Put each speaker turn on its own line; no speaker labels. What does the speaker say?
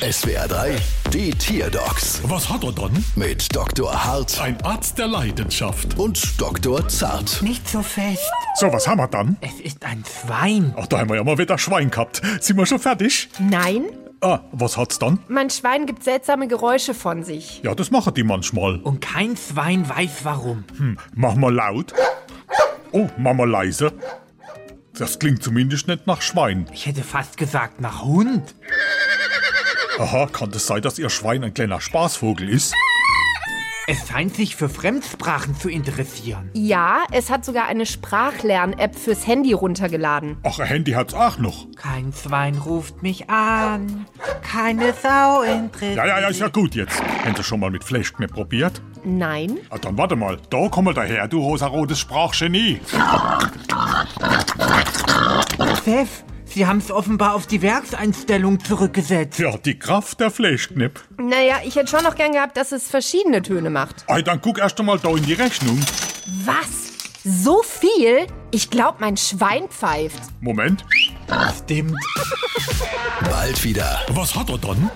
SWR 3, die Tierdocs
Was hat er dann?
mit Dr. Hart
Ein Arzt der Leidenschaft.
und Dr. Zart.
Nicht so fest.
So, was haben wir dann?
Es ist ein Schwein.
Ach, da haben wir ja mal wieder Schwein gehabt. Sind wir schon fertig?
Nein,
Ah, was hat's dann?
mein Schwein gibt seltsame Geräusche von sich.
Ja, das machen die manchmal.
Und kein Schwein weiß warum.
Mach mal laut. Oh, mach mal leise. Das klingt zumindest nicht nach Schwein.
Ich hätte fast gesagt nach Hund.
Aha, kann das sein, dass ihr Schwein ein kleiner Spaßvogel ist?
Es scheint sich für Fremdsprachen zu interessieren.
Ja, es hat sogar eine Sprachlern-App fürs Handy runtergeladen.
Ach, ein Handy hat's auch noch.
Kein Schwein ruft mich an. Keine Sau interessiert.
Ja, ja, ja, ist ja gut jetzt. Hätten Sie schon mal mit Flechtknepp probiert?
Nein?
Ah, dann warte mal. Da komm mal daher, du rosarotes Sprachgenie.
Chef, Sie haben es offenbar auf die Werkseinstellung zurückgesetzt.
Ja, die Kraft der Flechtknepp.
Naja, ich hätte schon noch gern gehabt, dass es verschiedene Töne macht.
Ei, Ah, dann guck erst einmal da in die Rechnung.
Was? So viel? Ich glaube, mein Schwein pfeift.
Moment.
Stimmt.
Bald wieder.
Was hat er dann?